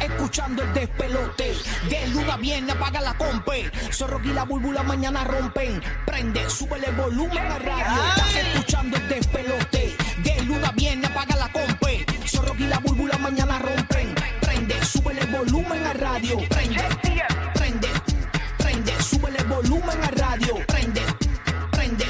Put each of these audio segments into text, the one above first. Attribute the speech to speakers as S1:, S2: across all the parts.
S1: escuchando el despelote. De luna viene, apaga la compe. Zorro y la búlbula mañana rompen. Prende, súbele volumen a radio. Estás escuchando el despelote. De luna viene, apaga la compe. Zorro y la búlbula mañana rompen. Prende, súbele volumen a radio. Prende, prende, prende, súbele volumen a radio. Prende, prende,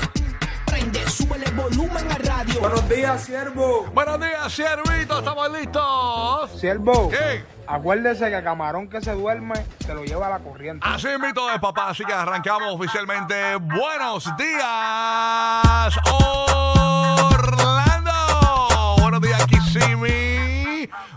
S1: prende, súbele volumen a radio.
S2: Buenos días, siervo.
S3: Buenos días, siervito, estamos listos.
S2: Siervo.
S3: ¿Qué?
S2: Acuérdese que camarón que se duerme se lo lleva a la corriente.
S3: Así mito de papá, así que arrancamos oficialmente. Buenos días, Orlando. Buenos días, Kissimmee.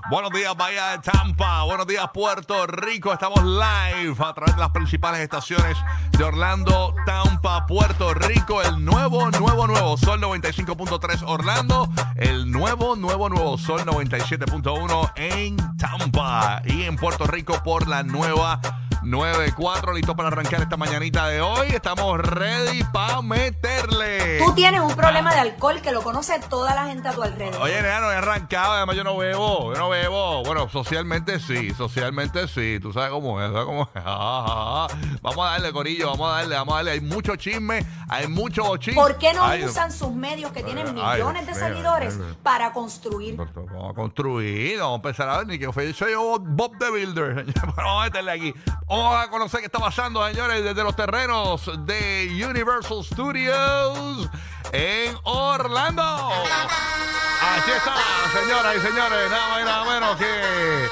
S3: Buenos días, Bahía de Tampa. Buenos días, Puerto Rico. Estamos live a través de las principales estaciones de Orlando, Tampa, Puerto Rico. El nuevo, nuevo, nuevo Sol 95.3 Orlando. El nuevo, nuevo, nuevo Sol 97.1 en Tampa. Y en Puerto Rico por la nueva 94. Listo para arrancar esta mañanita de hoy. Estamos ready para meterle.
S4: Tú tienes un problema de alcohol que lo conoce toda la gente a tu alrededor.
S3: Oye, nena, no he arrancado, además yo no bebo, yo no bebo. Bueno, socialmente sí, socialmente sí, tú sabes cómo es, sabes cómo es. Vamos a darle, Corillo, vamos a darle, vamos a darle. Hay mucho chisme, hay mucho chisme.
S4: ¿Por qué no
S3: Ay,
S4: usan sus medios que tienen
S3: Ay,
S4: millones de
S3: Dios mío,
S4: seguidores
S3: Dios mío.
S4: para construir?
S3: Pero Vamos a construir, vamos a empezar a ver, ni que fue- soy yo Bob the Builder. Pero vamos a meterle aquí. Vamos a conocer qué está pasando, señores, desde los terrenos de Universal Studios en Orlando. Aquí está, señoras y señores, nada más y nada menos que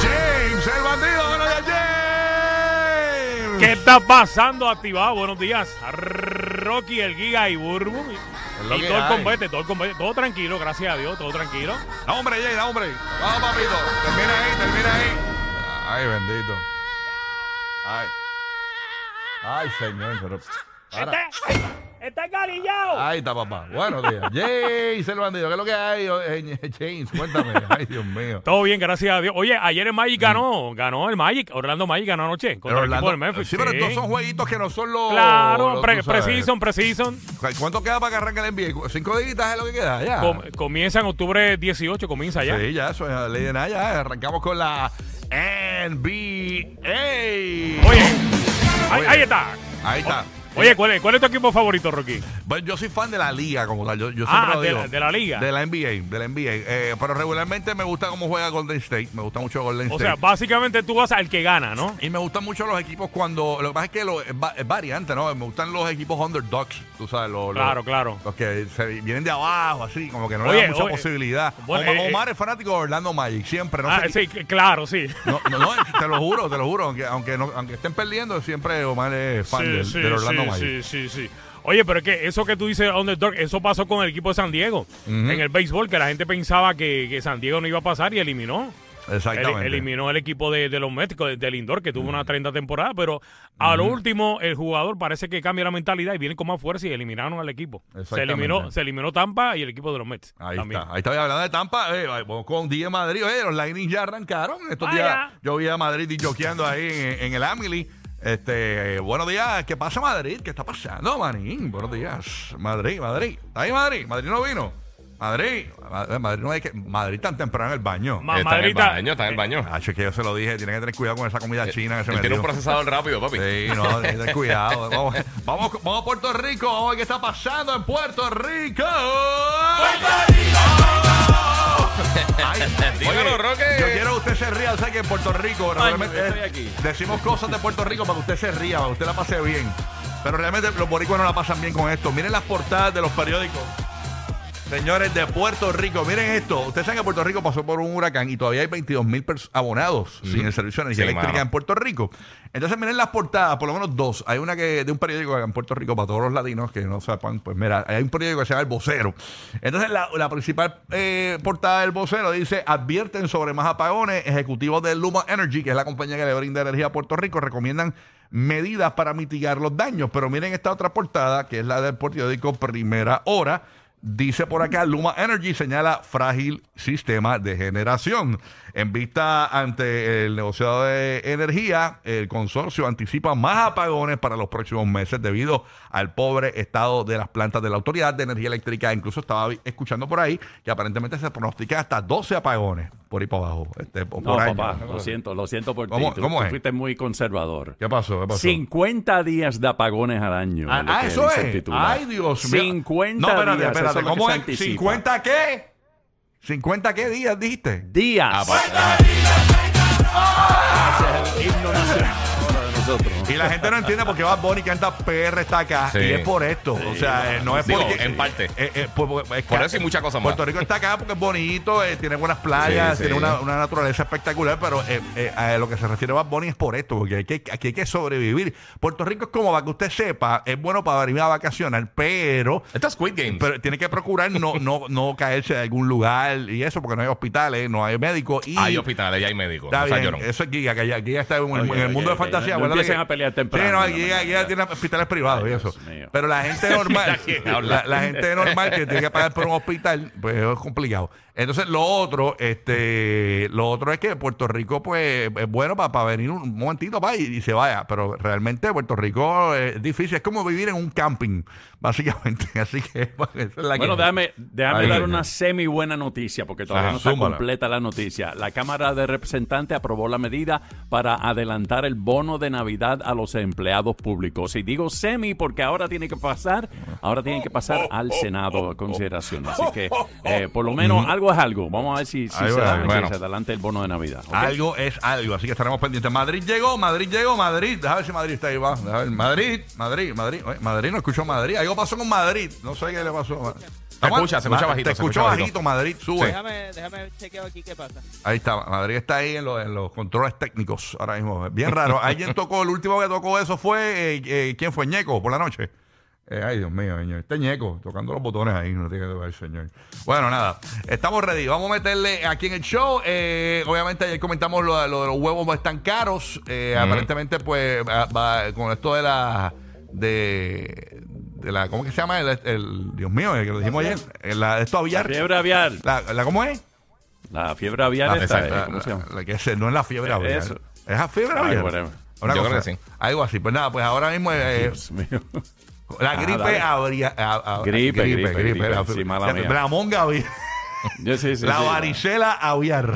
S3: James, el bandido. Buenos días, James.
S5: ¿Qué está pasando, activado? Buenos días, Rocky, el Giga y Burbu.
S3: lo
S5: Y
S3: que
S5: todo el
S3: hay.
S5: combate, todo el combate. Todo tranquilo, gracias a Dios, todo tranquilo.
S3: No, hombre, Jay, no, hombre. Vamos, papito. Termina ahí, termina ahí. Ay, bendito. Ay. Ay, señor. pero- Para.
S5: está carillado.
S3: Ahí está, papá. Buenos días. Jay, el bandido. ¿Qué es lo que hay? O- eh, James, cuéntame. Ay, Dios mío.
S5: Todo bien, gracias a Dios. Oye, ayer el Magic ganó, ganó el Magic, Orlando Magic ganó anoche contra el equipo del Memphis.
S3: sí, pero
S5: Sí.
S3: estos son jueguitos que no son los.
S5: Claro,
S3: los-
S5: pre-
S3: tú sabes.
S5: precision, precision.
S3: ¿Cuánto queda para que arranque el NBA? ¿Cinco días es lo que queda? Ya.
S5: Com- comienza en octubre 18, comienza ya.
S3: Ah. Sí, ya, eso es la ley de nada. ya. Arrancamos con la NBA.
S5: Oye, ahí,
S3: Oye.
S5: ahí está.
S3: Ahí está.
S5: Oye, ¿cuál es, cuál es tu equipo favorito, Rocky?
S3: Bueno, yo soy fan de la liga como tal. Yo, yo
S5: Ah,
S3: siempre lo
S5: de
S3: digo.
S5: la- de la liga.
S3: De la NBA. De la NBA. Eh, pero regularmente me gusta cómo juega Golden State. Me gusta mucho Golden
S5: O sea,
S3: State.
S5: básicamente tú vas al que gana, ¿no?
S3: y me gustan mucho los equipos cuando. Lo que pasa es que lo- es, va- es variante, ¿no? Me gustan los equipos underdogs. Tú sabes, los. los-
S5: Claro, claro.
S3: Los que se vienen de abajo, así, como que no le
S5: Oye,
S3: dan mucha
S5: oye.
S3: posibilidad.
S5: Bueno,
S3: Omar,
S5: eh, eh.
S3: Omar es fanático de Orlando Magic, siempre. No
S5: Ah,
S3: sé-
S5: sí, c- claro, sí.
S3: No, no, no, te lo juro, te lo juro. Aunque, aunque, no- aunque estén perdiendo, siempre Omar es fan del, del Orlando
S5: sí,
S3: Magic.
S5: sí, sí, sí. Oye, pero es que eso que tú dices, Underdog, eso pasó con el equipo de San Diego en el béisbol, que la gente pensaba que, que San Diego no iba a pasar y eliminó. El-
S3: Exactamente.
S5: eliminó el equipo de, de los Mets, co- del Lindor, que tuvo una 30 temporada, pero a lo último el jugador parece que cambia la mentalidad y viene con más fuerza y eliminaron al equipo. Se
S3: Exactamente.
S5: eliminó, se eliminó Tampa y el equipo de los Mets.
S3: Ahí
S5: también.
S3: está, ahí está hablando de Tampa, eh, vamos con DJ Madrid, oye, los Lightning ya arrancaron, estos
S5: Vaya.
S3: días yo vi a Madrid disjoqueando ahí en, en el Amelie, este, buenos días, ¿qué pasa Madrid? ¿Qué está pasando, manín? Buenos días, Madrid, Madrid, ¿está ahí Madrid? Madrid no vino, Madrid, Ma- eh, Madrid no hay que, Madrid tan temprano en el baño.
S5: Ma-
S6: está en el
S5: Madridita-
S6: baño, está en el baño.
S3: Ah, es que yo se lo dije, tiene que tener cuidado con esa comida china que se
S6: Eh, Él
S3: metió.
S6: tiene un procesador rápido, papi.
S3: Sí, no, tiene que tener cuidado. Vamos, vamos, vamos a Puerto Rico, vamos a ver qué está pasando en Puerto Rico. Ay,
S6: Dígalo, Roque.
S3: Yo quiero que usted se ría. O sea que en Puerto Rico realmente
S6: yo estoy
S3: eh,
S6: aquí.
S3: decimos cosas de Puerto Rico para que usted se ría, para que usted la pase bien. Pero realmente los boricuas no la pasan bien con esto. Miren las portadas de los periódicos. Señores de Puerto Rico, miren esto. Ustedes saben que Puerto Rico pasó por un huracán y todavía hay 22 mil abonados
S6: Mm.
S3: sin el servicio de energía
S6: Sí,
S3: eléctrica
S6: mano.
S3: en Puerto Rico. Entonces miren las portadas, por lo menos dos. Hay una que de un periódico acá en Puerto Rico para todos los latinos que no sepan, pues mira, hay un periódico que se llama El Vocero. Entonces la, la principal eh, portada del Vocero dice, advierten sobre más apagones, ejecutivos de Luma Energy, que es la compañía que le brinda energía a Puerto Rico, recomiendan medidas para mitigar los daños. Pero miren esta otra portada, que es la del periódico Primera Hora. Dice por acá, Luma Energy señala frágil sistema de generación. En vista ante el negociado de energía, el consorcio anticipa más apagones para los próximos meses debido al pobre estado de las plantas de la Autoridad de Energía Eléctrica. Incluso estaba vi- escuchando por ahí que aparentemente se pronostican hasta 12 apagones por ahí para abajo. Este, o
S7: No,
S3: por año.
S7: papá, lo siento, lo siento por
S3: ¿Cómo-
S7: ti. Tú,
S3: cómo
S7: tú
S3: es?
S7: fuiste muy conservador.
S3: ¿Qué pasó? ¿Qué pasó?
S7: 50 días de apagones al año.
S3: Ah,
S7: lo
S3: ah,
S7: que
S3: eso
S7: dice el
S3: es.
S7: titular.
S3: Ay, Dios mío.
S7: 50
S3: No, espérate,
S7: días.
S3: espérate.
S7: eso es lo que
S3: ¿Cómo
S7: se
S3: es?
S7: anticipa.
S3: ¿50 qué? ¿50 qué días dijiste?
S7: días.
S6: Ah, pa- ah.
S7: Ese es el himno nacional ahora de nosotros.
S3: Y la gente no entiende por qué Bad Bunny canta PR está acá.
S6: Sí.
S3: Y es por esto. O sea, eh, no es
S6: Digo,
S3: porque.
S6: en parte.
S3: eh, eh, por, por- es
S6: Por
S3: que-
S6: eso y muchas cosas más.
S3: Puerto Rico está acá porque es bonito, eh, tiene buenas playas,
S6: Sí, sí.
S3: tiene Una, una naturaleza espectacular, pero eh, eh, a lo que se refiere Bad Bunny es por esto, porque hay que, aquí hay que sobrevivir. Puerto Rico es como para que usted sepa, es bueno para venir a vacacionar, pero.
S6: Esto es Squid Games.
S3: Pero tiene que procurar no, no, no caerse de algún lugar y eso, porque no hay hospitales, no hay médicos. Y
S6: hay hospitales y hay médicos.
S3: Está
S6: no seas
S3: bien,
S6: llorón.
S3: eso es Giga, que ya, Giga está en, el-
S7: Ok,
S3: en el
S7: ok,
S3: mundo
S7: ok.
S3: de fantasía.
S7: No
S3: acuérdate
S7: empiecen
S3: que-
S7: a pelear temprano
S3: Sí, no,
S7: en la
S3: Giga, Giga
S7: mañana.
S3: tiene hospitales privados y
S7: Dios
S3: eso.
S7: mío.
S3: Pero la gente normal,
S6: quién
S3: la,
S6: habla.
S3: la gente normal que tiene que pagar por un hospital, pues es complicado. Entonces, lo otro, este, lo otro es que Puerto Rico, pues, es bueno para venir un momentito pa, y, y se vaya. Pero realmente Puerto Rico eh, es difícil, es como vivir en un camping, básicamente. Así que bueno, esa es la
S7: Bueno,
S3: que-
S7: déjame, déjame
S3: Ay,
S7: dar
S3: Dios.
S7: una semi buena noticia, porque todavía
S3: Ajá,
S7: no está
S3: zúmbala.
S7: completa la noticia. La Cámara de Representantes aprobó la medida para adelantar el bono de Navidad a los empleados públicos. Y digo semi porque ahora tiene que pasar, ahora tiene que pasar al Senado a consideración. Así que, eh, por lo menos, algo es algo. Vamos a ver si, si
S3: Ahí
S7: se,
S3: va,
S7: da-
S3: ahí
S7: que
S6: bueno.
S7: se adelanta el bono de Navidad. ¿ok?
S3: Algo es algo, así que estaremos pendientes. Madrid llegó, Madrid llegó, Madrid. Déjame ver si Madrid está ahí, va. Déjame ver. Madrid, Madrid, Madrid. Oye, Madrid no escuchó Madrid. Algo pasó con Madrid. No sé qué le pasó. Estamos-
S6: escucha, se escucha bajito,
S3: Te
S6: se
S3: escuchó
S6: escucha
S3: bajito,
S6: bajito.
S3: Madrid. Sube.
S8: Déjame, déjame chequeo aquí qué pasa.
S3: Ahí está. Madrid está ahí en, los- en los controles técnicos ahora mismo. Bien raro. Alguien tocó, el último que tocó eso fue. eh, eh, ¿Quién fue? Ñeco, por la noche. Eh, ay, Dios mío, señor. Este Ñeco tocando los botones ahí. No tiene que tocar, señor. Bueno, nada. Estamos ready. Vamos a meterle aquí en el show. Eh, obviamente, ayer comentamos lo, lo de los huevos están caros. Eh, Aparentemente, pues, va- va- con esto de la. De, de la. ¿Cómo que se llama? El, el- Dios mío, el que lo dijimos ayer. El- La, esto aviar.
S7: Fiebre aviar.
S3: La, la, ¿Cómo es?
S7: La fiebre aviar
S6: Ah,
S7: está. eh,
S6: exacto.
S7: ¿Cómo se llama?
S3: La- la que es- no es la fiebre aviar.
S7: Eh, Eso.
S3: Es la fiebre
S7: Ay,
S3: aviar.
S7: whatever.
S3: Una
S6: Yo
S3: cosa,
S6: creo que sí.
S3: Algo así. Pues nada, pues ahora mismo eh,
S7: Dios mío.
S3: la
S7: Ah,
S3: gripe
S7: dale.
S3: habría. a- a-
S7: Gripe, gripe, gripe,
S3: la,
S7: sí, mala
S3: la-
S7: mía.
S3: la monga aviar.
S7: Yo sí, sí,
S3: la
S7: sí.
S3: varicela aviar.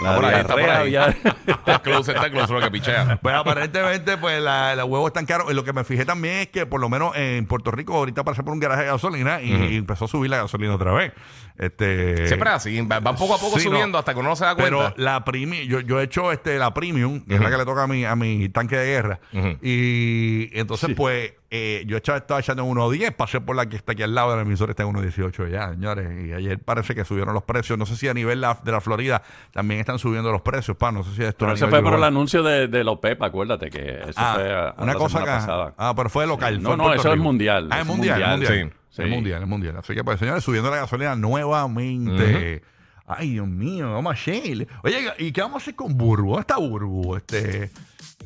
S7: La,
S6: Está
S7: la
S6: por ahí, está por
S7: diarrea
S6: ahí.
S7: aviar.
S6: Está close, está close lo que pichea.
S3: Pues aparentemente, pues la- los huevos están caros. Lo que me fijé también es que, por lo menos en Puerto Rico, ahorita pasé por un garaje de gasolina y, y empezó a subir la gasolina otra vez. Este,
S6: Siempre es así. Va va poco a poco
S3: Sí, no.
S6: subiendo hasta que uno no se da
S3: Pero
S6: cuenta.
S3: la primi yo, yo he hecho este, la premium, que es la que le toca a mi, a mi tanque de guerra.
S6: Ujú.
S3: Y entonces, pues, eh, yo estaba, estaba echando en 1.10, pasé por la que está aquí al lado de la emisora, está en 1.18 ya, señores. Y ayer parece que subieron los precios. No sé si a nivel la- de la Florida también están subiendo los precios, pa. No sé si esto
S7: Pero
S3: a
S7: eso
S3: nivel
S7: fue
S3: global.
S7: por el anuncio de, de los PEP, acuérdate que eso
S3: Ah,
S7: fue a- a
S3: una
S7: la
S3: cosa
S7: semana
S3: acá.
S7: pasada.
S3: Ah, pero fue local.
S7: Sí.
S3: fue
S7: No,
S3: en
S7: no,
S3: Puerto
S7: eso es
S3: Rico.
S7: mundial,
S3: Ah, es
S7: es
S3: mundial, es
S7: mundial.
S3: mundial.
S7: Sí,
S3: Es
S7: sí.
S3: mundial, es mundial. Así que, pues, señores, subiendo la gasolina nuevamente. Ay, Dios mío, vamos a Shale. Oye, ¿y qué vamos a hacer con Burbu? ¿Dónde está Burbu? Este, eh,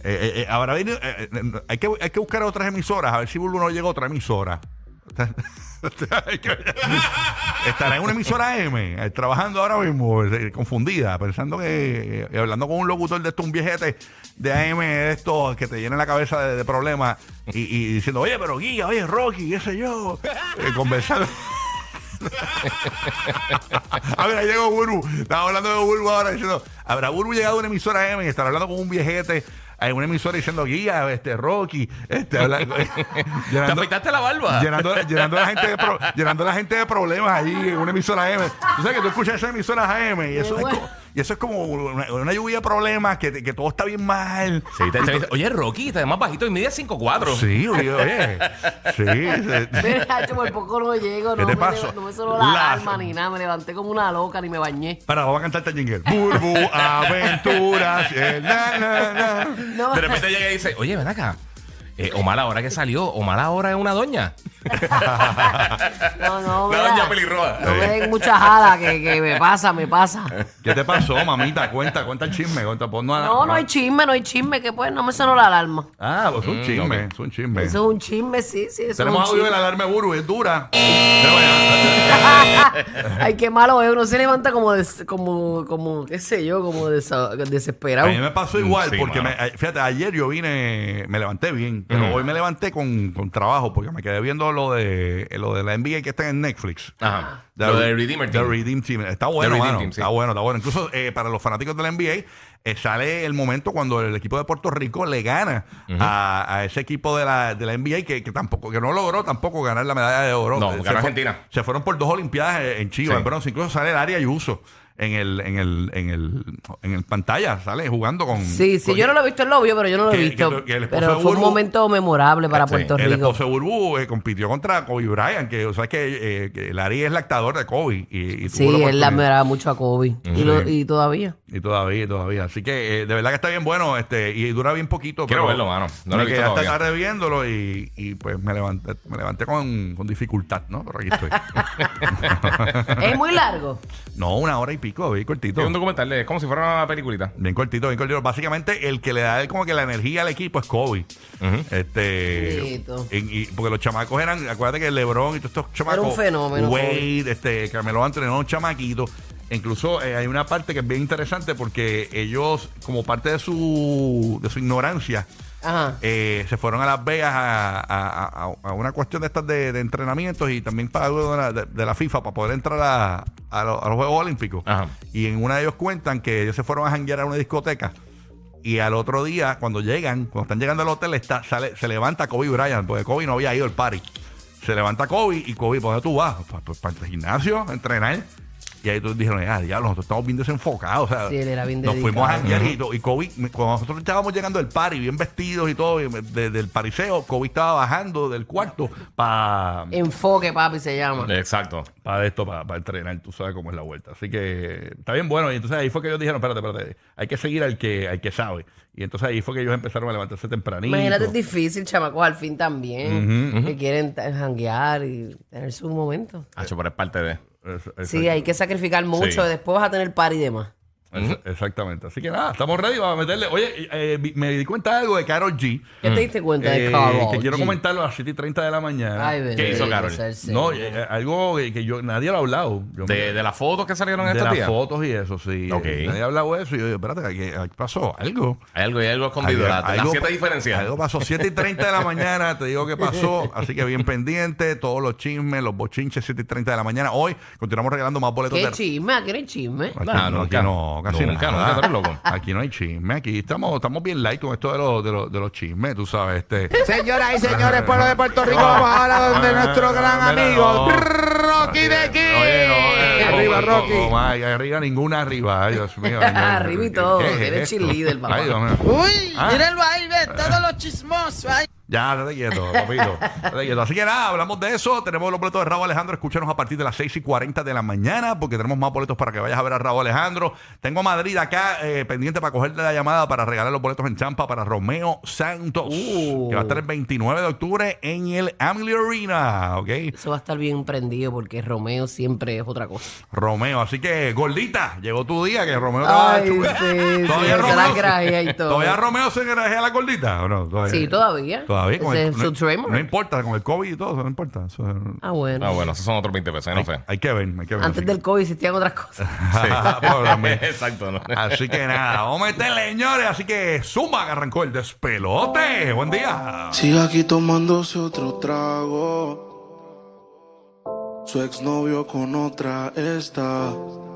S3: eh, eh, habrá venido- eh, eh, no, hay, que, hay que buscar otras emisoras, a ver si Burbu no llega a otra emisora. Hay que ver. Estará en una emisora M, eh, trabajando ahora mismo, eh, confundida, pensando que, eh, hablando con un locutor de estos, un viejete de AM, de estos que te llenan la cabeza de, de problemas, y, y diciendo, oye, pero Guía, oye, Rocky, qué sé yo, eh, conversando. A ver, ahí llegó Burbu. Estaba hablando de Burbu ahora diciendo, habrá Burbu llegado a una emisora M y estará hablando con un viejete en una emisora diciendo, guía, este, Rocky, este, habla-
S6: ¿Te
S3: llenando,
S6: afeitaste la barba?
S3: llenando, llenando a la gente de pro- llenando a la gente de problemas ahí en una emisora AM. Tú sabes que tú escuchas esas emisoras AM y eso, es, co- y eso es como una, una lluvia de problemas, que, te- que todo está bien mal.
S6: Sí, te- te- oye, Rocky, está más bajito y mide 5'4".
S3: Sí, oye, oye. Sí, sí.
S9: Mira, yo por poco no llego,
S3: ¿Qué
S9: no,
S3: te
S9: me,
S3: pasó?
S9: lev- no me sonó la
S3: La-
S9: alarma ni nada, me levanté como una loca ni me bañé.
S3: Para, vamos a cantarte el jingle. Burbu, aventuras. eh, na, na, na.
S9: No,
S6: De repente llega y dice, oye, ven acá. Eh, Omar ahora que salió, Omar ahora es una doña.
S9: no, no,
S6: La doña
S9: mira,
S6: pelirroja.
S9: no me den mucha jala que, que me pasa, me pasa.
S3: Eh, ¿Qué te pasó, mamita? Cuenta, cuenta el chisme. Cuenta, ponnos a la-
S9: No, no hay chisme, no hay chisme, que pues no me sonó la alarma.
S3: Ah, pues es un chisme, es un chisme.
S9: Eso es un chisme, sí, sí, eso
S3: Tenemos
S9: es un
S3: audio de
S9: chisme.
S3: la alarma de Buru, es dura. Pero vaya,
S9: Ay, qué malo es, uno se levanta como, des- como, como, qué sé yo, como desa-
S3: a
S9: desesperado.
S3: mí me eh, pasó igual,
S6: Sí,
S3: porque
S6: mano.
S3: me- fíjate, ayer yo vine, me levanté bien. Pero
S6: Ujú.
S3: hoy me levanté con, con trabajo porque me quedé viendo lo de, lo de la NBA que está en Netflix.
S6: Ajá. Lo de Redeemer
S3: The
S6: Team.
S3: Redeem Team. Está bueno,
S6: The Redeem
S3: mano.
S6: Team, sí.
S3: Está bueno, está bueno. Incluso eh, para los fanáticos de la NBA eh, sale el momento cuando el equipo de Puerto Rico le gana a, a ese equipo de la, de la NBA que, que tampoco que no logró tampoco ganar la medalla de oro.
S6: No,
S3: Eh,
S6: ganó
S3: fue-
S6: Argentina.
S3: se fueron por dos olimpiadas eh, en Chivas,
S6: Sí.
S3: en bronce. Incluso sale el área y uso. En el, en el, en el, en el pantalla, sale jugando con.
S9: Sí, sí,
S3: con-
S9: yo no lo he visto, él lo vio, pero yo no lo he
S3: que-
S9: visto.
S3: que- que el esposo
S9: pero
S3: de
S9: fue un
S3: Burbu-
S9: momento memorable para
S6: Sí,
S9: Puerto
S3: El
S9: Rico.
S3: esposo de Burbu eh, compitió contra Kobe Bryant, que o sea que, eh, que el Ari es lactador de Kobe. Y, y tuvo
S9: Sí,
S3: la
S9: él la
S3: oportunidad.
S9: admiraba mucho a Kobe. Y, lo- y todavía.
S3: Y todavía, y todavía. Así que eh, de verdad que está bien bueno este y dura bien poquito.
S6: Quiero
S3: pero
S6: verlo, mano. No lo he
S3: me
S6: visto
S3: quedé hasta
S6: todavía.
S3: tarde viéndolo y, y, pues me levanté, me levanté con, con dificultad, ¿no? Pero aquí estoy.
S9: Es muy largo.
S3: no, una hora y pico, bien cortito.
S6: Es un documental, es como si fuera una peliculita.
S3: Bien cortito, bien cortito. Básicamente, el que le da como que la energía al equipo es Kobe. Este.
S9: Bonito.
S3: y- y- porque los chamacos eran, acuérdate que LeBron y todos estos chamacos.
S9: Era un fenómeno,
S3: Wade, este, Carmelo Anthony, eran unos chamaquitos. Incluso eh, hay una parte que es bien interesante porque ellos, como parte de su, de su ignorancia,
S9: Ajá.
S3: eh, se fueron a Las Vegas a, a- a- a una cuestión de estas de, de entrenamientos y también para algo de la, de- de la FIFA para poder entrar a, a lo- a los Juegos Olímpicos.
S6: Ajá.
S3: Y en una de ellos cuentan que ellos se fueron a janguear a una discoteca. Y al otro día, cuando llegan, cuando están llegando al hotel, está, sale, se levanta Kobe Bryant, porque Kobe no había ido al party. Se levanta Kobe y Kobe, ¿para dónde tú vas? "Pues, Para, el gimnasio, a entrenar. Y ahí tú dijeron, ah, diablo, nosotros estamos bien desenfocados. O sea,
S9: Sí, él era bien
S3: nos
S9: dedicado.
S3: fuimos a janguear y, to- y Kobe, me- cuando nosotros estábamos llegando del party, bien vestidos y todo, y me- de- del pariseo, Kobe estaba bajando del cuarto para
S9: Enfoque, papi, se llama.
S6: Exacto.
S3: para esto, para, entrenar, tú sabes cómo es la vuelta. Así que está bien bueno. Y entonces ahí fue que ellos dijeron, espérate, espérate, hay que seguir al que, al que sabe. Y entonces ahí fue que ellos empezaron a levantarse tempranito.
S9: Imagínate, es difícil, chamacos, al fin también. Que quieren ta- janguear y tener su momento.
S6: Hacho, pero es parte de.
S3: Es- es-
S9: Sí, hay que sacrificar mucho.
S6: Sí.
S9: Después vas a tener par y demás.
S3: es- Exactamente. Así que nada, estamos ready para meterle. Oye, eh, vi- me di cuenta de algo de Carol G.
S9: ¿Qué te diste cuenta de
S3: eh,
S9: Carol
S3: que quiero
S9: G?
S3: comentarlo a las 7 y 30 de la mañana.
S9: Ay, bebé,
S6: hizo Karol?
S9: Salcedo.
S3: no, eh, eh, algo que, que yo nadie lo ha hablado. Yo me-
S6: De, de las fotos que salieron en
S3: de
S6: estos
S3: las
S6: días.
S3: fotos y eso, sí.
S6: Ok.
S3: Eh, Nadie ha hablado de eso. Y yo, espérate, aquí- aquí pasó algo.
S6: Hay algo, hay algo escondido. la- las siete diferencias.
S3: Algo pasó. 7 y 30 de la mañana, te digo que pasó. Así que bien pendiente. Todos los chismes, los bochinches, 7 y 30 de la mañana. Hoy continuamos regalando más boletos
S9: ¿Qué
S3: de.
S9: chisme? ¿A qué no hay chisme?
S3: Aquí,
S6: Nah,
S3: no,
S6: Ah, nunca.
S3: aquí no, casi
S6: Nunca,
S3: nada.
S6: nunca, tú eres loco.
S3: Aquí no hay chisme. Aquí estamos, estamos bien light con esto de los, de los, de los chismes, tú sabes. Este.
S2: Señoras y señores, pueblo de Puerto Rico, vamos ahora donde nuestro gran
S3: Mira,
S2: amigo
S3: no.
S2: Rocky de aquí.
S3: Oye, no, eh,
S2: Arriba,
S3: no, no,
S2: Rocky.
S3: no, ay, arriba, ninguna arriba. Ay, Dios mío.
S9: Arriba y todo,
S3: ¿Qué es
S9: eres
S3: esto?
S9: cheerleader, papá.
S3: Ay, Dios mío.
S8: Uy,
S3: Ah.
S8: mírenlo ahí, ve, todos los chismosos ahí.
S3: Ya, no te quieto, papito. No te quieto. Así que nada, hablamos de eso. Tenemos los boletos de Raúl Alejandro. Escúchanos a partir de las 6 y 40 de la mañana porque tenemos más boletos para que vayas a ver a Raúl Alejandro. Tengo a Madrid acá eh, pendiente para cogerle la llamada para regalar los boletos en champa para Romeo Santos,
S9: Uh.
S3: que va a estar el 29 de octubre en el Amelie Arena. ¿Ok?
S9: Eso va a estar bien prendido porque Romeo siempre es otra cosa.
S3: Romeo. Así que, gordita, llegó tu día que Romeo te va a
S9: Ay,
S3: chupar.
S9: sí, sí,
S3: Ah,
S9: se
S3: Todavía Romeo
S9: la
S3: se-
S9: grajea y todo.
S3: ¿Todavía Romeo se grajea la gordita? ¿o no? Todavía.
S9: Sí, todavía.
S3: Todavía con
S9: Ese
S3: el-
S9: es su
S3: no,
S9: trademark.
S3: no importa, con el COVID y todo, eso no importa. Eso es-
S9: Ah, bueno.
S6: Ah, bueno, esos son otros 20 pesos, no sé.
S3: Hay que ver, hay que ver. Ah,
S9: Antes
S3: Así
S9: del COVID existían otras cosas.
S3: que- Pobre hombre.
S6: Exacto, ¿no?
S3: Así que nada, vamos a meterle, señores. Así que Zumba que arrancó el despelote. Buen día.
S10: Sigue aquí tomándose otro trago. Su exnovio con otra está.